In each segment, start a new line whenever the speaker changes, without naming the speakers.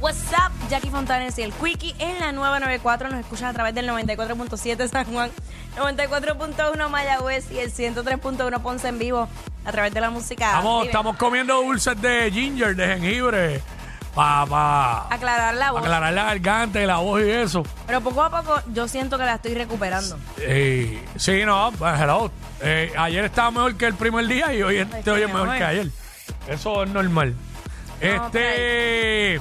What's up, Jackie Fontanes y el Quickie en la nueva 94. Nos escuchas a través del 94.7 San Juan, 94.1 Mayagüez y el 103.1 Ponce en vivo a través de la música.
Estamos,
Vive.
estamos comiendo dulces de ginger, de jengibre, para
Aclarar la voz.
aclarar la garganta y la voz y eso.
Pero poco a poco yo siento que la estoy recuperando.
Eh, sí, no, pues, hello. Eh, ayer estaba mejor que el primer día y hoy, este,
Este,
hoy es mejor
bueno.
que ayer. Eso es normal.
pues
Este.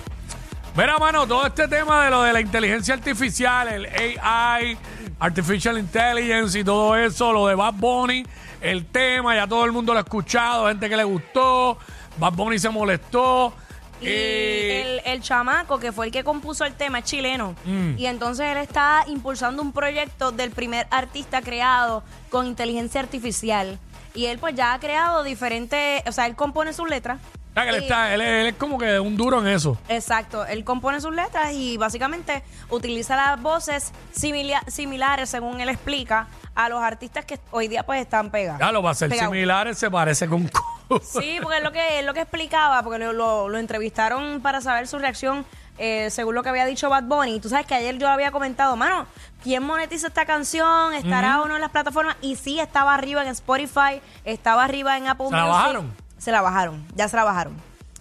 Mira, mano, todo este tema de lo de la inteligencia artificial, el AI, Artificial Intelligence y todo eso, lo de Bad Bunny, el tema, ya todo el mundo lo ha escuchado, gente que le gustó, Bad Bunny se molestó.
Y
eh,
el, el chamaco que fue el que compuso el tema es chileno.
Mm.
Y entonces él está impulsando un proyecto del primer artista creado con inteligencia artificial. Y él pues ya ha creado diferentes, o sea, él compone sus letras.
o sea, que él
y-
está- él es- él es como que un duro en eso.
Exacto, él compone sus letras y básicamente utiliza las voces similia- similares, según él explica, a los artistas que hoy día pues están pegados.
Ya lo va a ser
Pegado.
similares, se parece con.
Sí, porque es lo que, es lo que explicaba, porque lo, lo- lo entrevistaron para saber su reacción eh, según lo que había dicho Bad Bunny. Tú sabes que ayer yo había comentado, mano, ¿quién monetiza esta canción? ¿Estará o no en las plataformas? Y sí, estaba arriba en Spotify, estaba arriba en Apple
¿Se la
Music.
bajaron?
Se la bajaron, ya se la bajaron.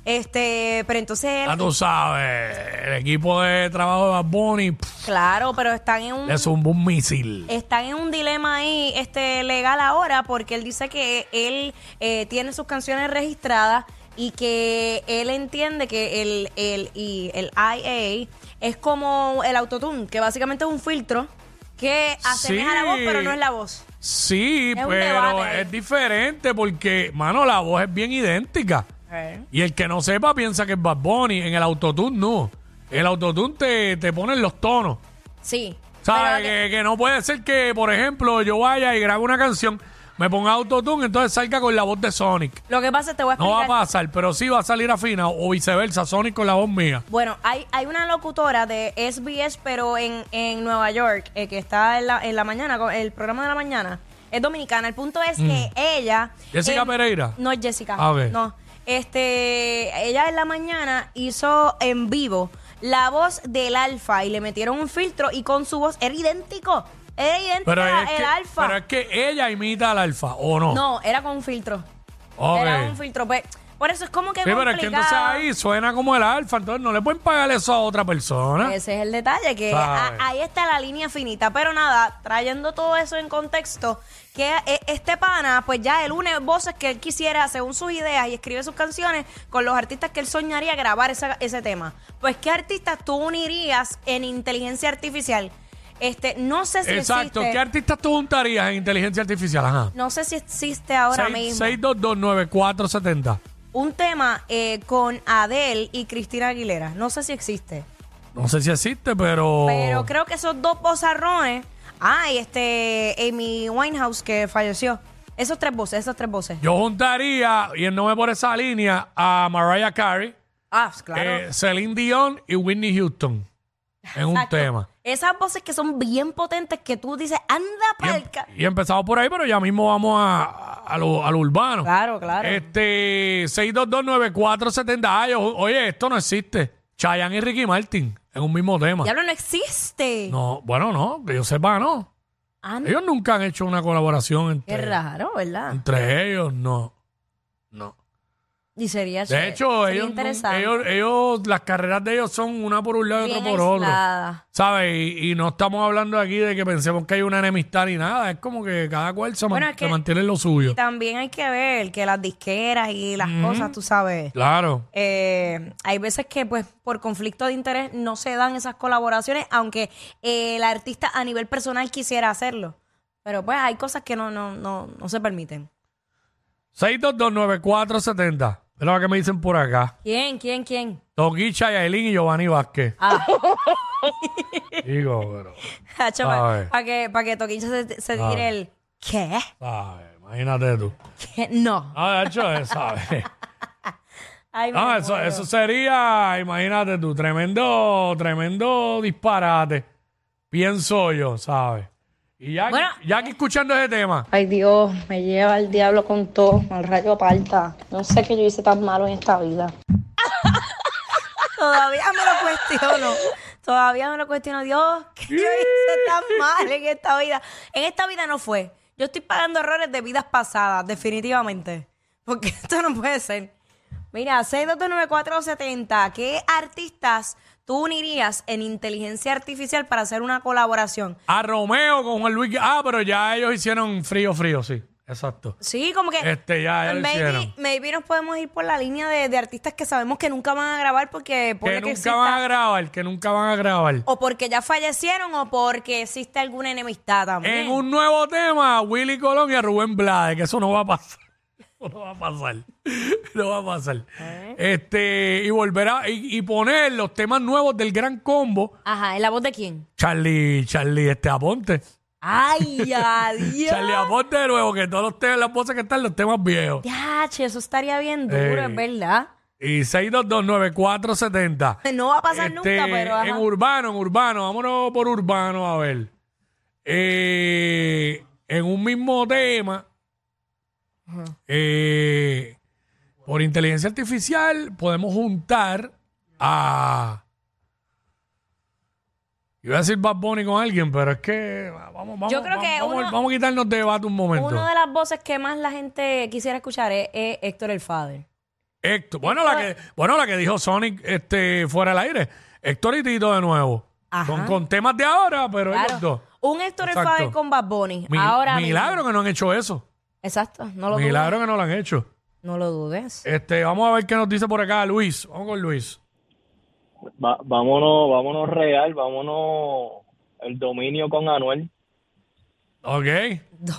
Este, pero entonces él-
Ya Ah, tú sabes, el equipo de trabajo de Bad Bunny pff,
claro, pero están en un
le zumbó un misil.
están en un dilema ahí este legal ahora porque él dice que él eh, tiene sus canciones registradas y que él entiende que el, el, y el IA es como el autotune, que básicamente es un filtro que asemeja a la voz,
Sí.
pero no es la voz.
Sí,
Es un
pero
debate.
es diferente porque, mano, la voz es bien idéntica. Y el que no sepa piensa que es Bad Bunny. En el autotune no. En el autotune te, te ponen los tonos.
Sí.
¿Sabes?
Pero lo que-
Que, que no puede ser que, por ejemplo, yo vaya y grabe una canción, me ponga autotune, entonces salga con la voz de Sonic.
lo que pasa, te voy a
No
explicar.
va a pasar, pero sí va a salir afina o viceversa, Sonic con la voz mía.
Bueno, hay, hay una locutora de SBS, pero en, en Nueva York, eh, que está en la, en la mañana, con el programa de la mañana. Es dominicana. El punto es que ella.
Mm. ¿Jessica
en-
Pereira?
No es Jessica.
A ver.
No. Este, ella en la mañana hizo en vivo la voz del alfa y le metieron un filtro y con su voz era idéntico. Era idéntica
Pero
al
es, que,
alfa.
pero es que ella imita al alfa, ¿o no?
No, era con un filtro.
Ok.
Era un filtro. pues, por eso es como que.
Sí, pero es que entonces
complicado.
ahí suena como el alfa, entonces no le pueden pagar eso a otra persona.
Ese es el detalle, que
Ah. Sabe.
a- ahí está la línea finita. Pero nada, trayendo todo eso en contexto, que eh, este pana, pues ya él une voces que él quisiera según sus ideas y escribe sus canciones con los artistas que él soñaría grabar esa- ese tema. Pues, ¿qué artistas tú unirías en inteligencia artificial? Este, no sé si
Exacto.
existe.
¿Qué artistas tú juntarías en inteligencia artificial? Ajá.
no sé si existe ahora
Seis-
mismo
6229470.
un tema eh, con Adele y Cristina Aguilera. No sé si existe.
No sé si existe, pero.
Pero creo que esos dos bozarrones. Ay, este. Amy Winehouse que falleció. Esos tres voces, esos tres voces.
Yo juntaría, y no me por esa línea, a Mariah Carey,
Ah, claro.
eh, Celine Dion y Whitney Houston. En un
Exacto.
tema.
Esas voces que son bien potentes que tú dices, anda
Y, em-
palca.
y empezamos por ahí, pero ya mismo vamos a, a lo, a lo urbano.
Claro, claro.
Este, 6229470. Ay, o- oye, esto no existe. Chayanne y Ricky Martin en un mismo tema.
Diablo, no existe.
No, bueno, no, que yo sepa, no.
Anda,
Ellos nunca han hecho una colaboración
qué
entre,
raro, ¿verdad?
entre ellos, no. No.
Y sería
De hecho,
sería
ellos, nun-
interesante.
ellos, ellos, las carreras de ellos son una por un lado y
Bien
otra por otro.
aislada.
¿Sabes? Y, y no estamos hablando aquí de que pensemos que hay una enemistad ni nada. Es como que cada cual se, man-
Bueno, es
se
que-
mantiene en lo suyo.
Y también hay que ver que las disqueras y las cosas, tú sabes.
Claro.
Eh, hay veces que, pues, por conflicto de interés no se dan esas colaboraciones, aunque eh, el artista a nivel personal quisiera hacerlo. Pero, pues, hay cosas que no, no, no, no se permiten.
6229470. Es lo que me dicen por acá.
¿Quién, quién, quién?
Toquicha, Yailin y Giovanni Vázquez.
Ah,
Digo, pero.
para
Sabe.
que, pa que Toquilla se, se tire el ¿qué?
¿sabes? Imagínate tú.
¿Qué? No.
Ah, de hecho, eh, ¿sabes?
Ay, me
No, eso,
muero.
eso sería, imagínate tú, tremendo, tremendo disparate. Pienso yo, ¿sabes? Y ya,
Bueno.
ya que escuchando ese tema.
Ay Dios, me lleva el diablo con todo, al rayo aparta. No sé qué yo hice tan malo en esta vida.
Todavía me lo cuestiono. Todavía me lo cuestiono. Dios, ¿qué yo hice tan mal en esta vida? En esta vida no fue. Yo estoy pagando errores de vidas pasadas, definitivamente. Porque esto no puede ser. Mira, 6229470, ¿qué artistas tú unirías en inteligencia artificial para hacer una colaboración?
A Romeo con Juan Luis. Gu- Ah, pero ya ellos hicieron frío, frío, sí. Exacto.
Sí, como que.
Este, ya, ya lo
maybe,
hicieron.
maybe nos podemos ir por la línea de, de artistas que sabemos que nunca van a grabar porque.
Que
puede
nunca
exista-
van a grabar, que nunca van a grabar.
O porque ya fallecieron o porque existe alguna enemistad también.
En un nuevo tema, Willy Colón y a Rubén Blades, que eso no va a pasar. Eso no va a pasar. No va a pasar. Este, y volver a, y, y poner los temas nuevos del gran combo.
Ajá, ¿en la voz de quién?
Charlie, Charlie, este Aponte.
¡Ay, adiós!
Charlie Aponte de nuevo, que todos los temas, las voces que están, los temas viejos.
Yache, eso estaría bien duro,
Eh.
es verdad.
Y 6229470.
No va a pasar
Este,
nunca, pero. ajá.
En urbano, en urbano, vámonos por urbano a ver. Eh, en un mismo tema, eh, por inteligencia artificial, podemos juntar a. Iba a decir Bad Bunny con alguien, pero es que vamos, vamos,
Yo creo que
vamos,
uno-
vamos a quitarnos de debate un momento.
Una de las voces que más la gente quisiera escuchar es, es Héctor el Father.
Héctor- bueno,
Ah.
la que, bueno, la que dijo Sonic este, fuera del aire. Héctor y Tito de nuevo.
Ajá.
Con, con temas de ahora, pero ellos dos.
Claro. Un Héctor
Exacto.
el Father con Bad Bunny.
Mi-
Ahora mismo.
milagro que no han hecho eso.
Exacto, no lo dudes.
Milagro que no lo han hecho.
No lo dudes.
Este, vamos a ver qué nos dice por acá Luis. Vamos con Luis.
Va- vámonos, vámonos real, vámonos el dominio con Anuel.
Ok.
Eso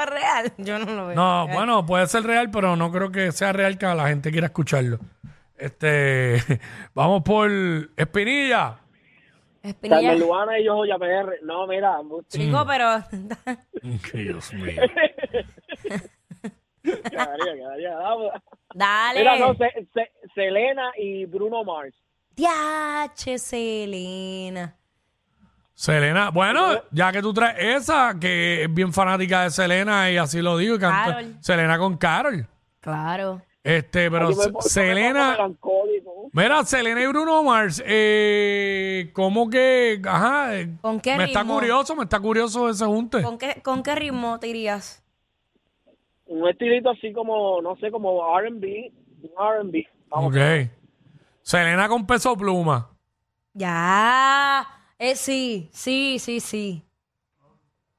es real. Yo no lo veo.
No,
real.
bueno, puede ser real, pero no creo que sea real que la gente quiera escucharlo. Este, vamos por Espinilla.
Espinilla.
Carmen Luana y yo, ya PR. No, mira,
Chico, pero.
Dios mío.
quedaría, quedaría. Vamos.
Dale.
Mira, no, Se- Se- Selena y Bruno Mars.
Diache, Selena.
Selena, bueno, ya que tú traes esa, que es bien fanática de Selena y así lo digo, y canta
Carol.
Selena con Carol.
Claro.
Este, pero
Yo me- yo me pongo
Selena.
melancólico.
Mira, Selena y Bruno Mars, eh, ¿cómo que? Ajá, eh,
¿Con qué
me está
ritmo?
curioso, me está curioso ese junte.
¿Con qué, ¿Con qué ritmo te irías?
Un estilito así como, no sé, como R&B. un R&B. Vamos.
Ok. Selena con peso pluma.
Ya. Eh, sí, sí, sí, sí.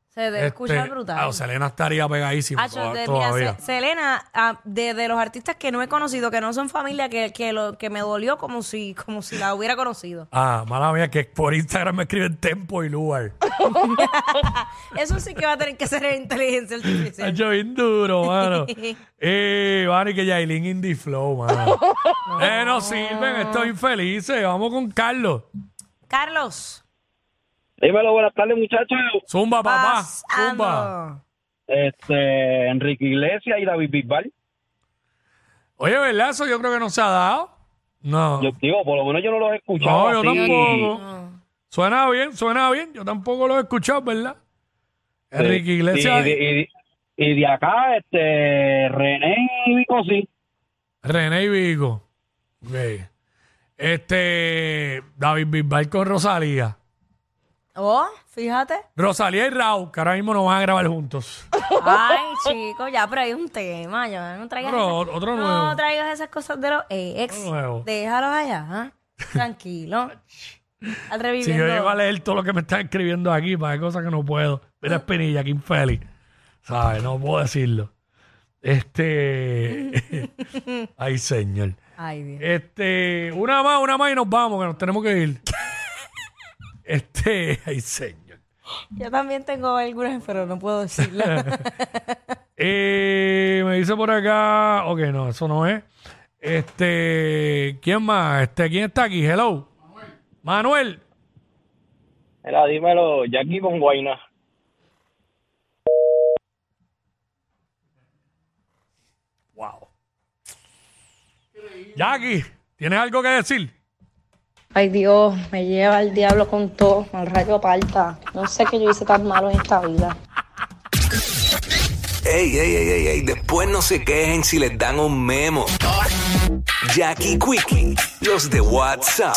Se debe escuchar
Este,
brutal.
ah, Selena estaría pegadísima
Ah, yo
toda-
te- mira,
todavía.
Se- Selena, ah, de, de los artistas que no he conocido, que no son familia, que, que, lo, que me dolió como si, como si la hubiera conocido.
Ah, mala mía, que por Instagram me escriben tempo y lugar.
Eso sí que va a tener que ser inteligencia
Ha
artificial.
hecho bien duro, mano. eh, Vani, que Yailin Indie Flow, mano. eh, no sirven, estoy infelices. Vamos con Carlos.
Carlos,
Dímelo, buenas tardes, muchachos.
Zumba, papá.
pasando.
Zumba.
Este, Enrique Iglesias y David Bisbal.
Oye, ¿verdad? Eso yo creo que no se ha dado. No.
Yo digo, por lo menos yo no los he
no,
escuchado.
yo
así.
tampoco. Suena bien, suena bien. Yo tampoco lo he escuchado, ¿verdad? Enrique Iglesias.
Y, de- y de- y de acá, este, René y Vico, sí.
René y Vigo. Ok. Este. David Bisbal con Rosalía.
Oh, fíjate.
Rosalía y Raúl, que ahora mismo no van a grabar juntos.
Ay, chico, ya, pero hay un tema. Ya, no traigas,
Otro-
esas-
otro
no
nuevo.
traigas esas cosas de los ex.
Otro nuevo.
Déjalos allá. ¿ah? Tranquilo. Al
Si yo
reviviendo.
llego a leer todo lo que me están escribiendo aquí, para cosas que no puedo.
Ah.
Mira, Espinilla, que infeliz. ¿Sabes? No puedo decirlo. Este. Ay, señor.
Ay, Dios.
Este, una más, una más y nos vamos, que nos tenemos que ir. este, ay, señor.
Yo también tengo algunas, pero no puedo decirlas.
Eh, me dice por acá, ok, no, eso no es. Este, ¿quién más? Este, ¿quién está aquí? Hello. Manuel.
Mira, dímelo, Jackie con Guayna.
Wow. Jackie, ¿tienes algo que decir?
Ay Dios, me lleva el diablo con todo, al rayo parta. No sé qué yo hice tan malo en esta vida.
Ey, ey, ey, ey, ey, después no se quejen si les dan un memo. Jackie Quickie, los de WhatsApp.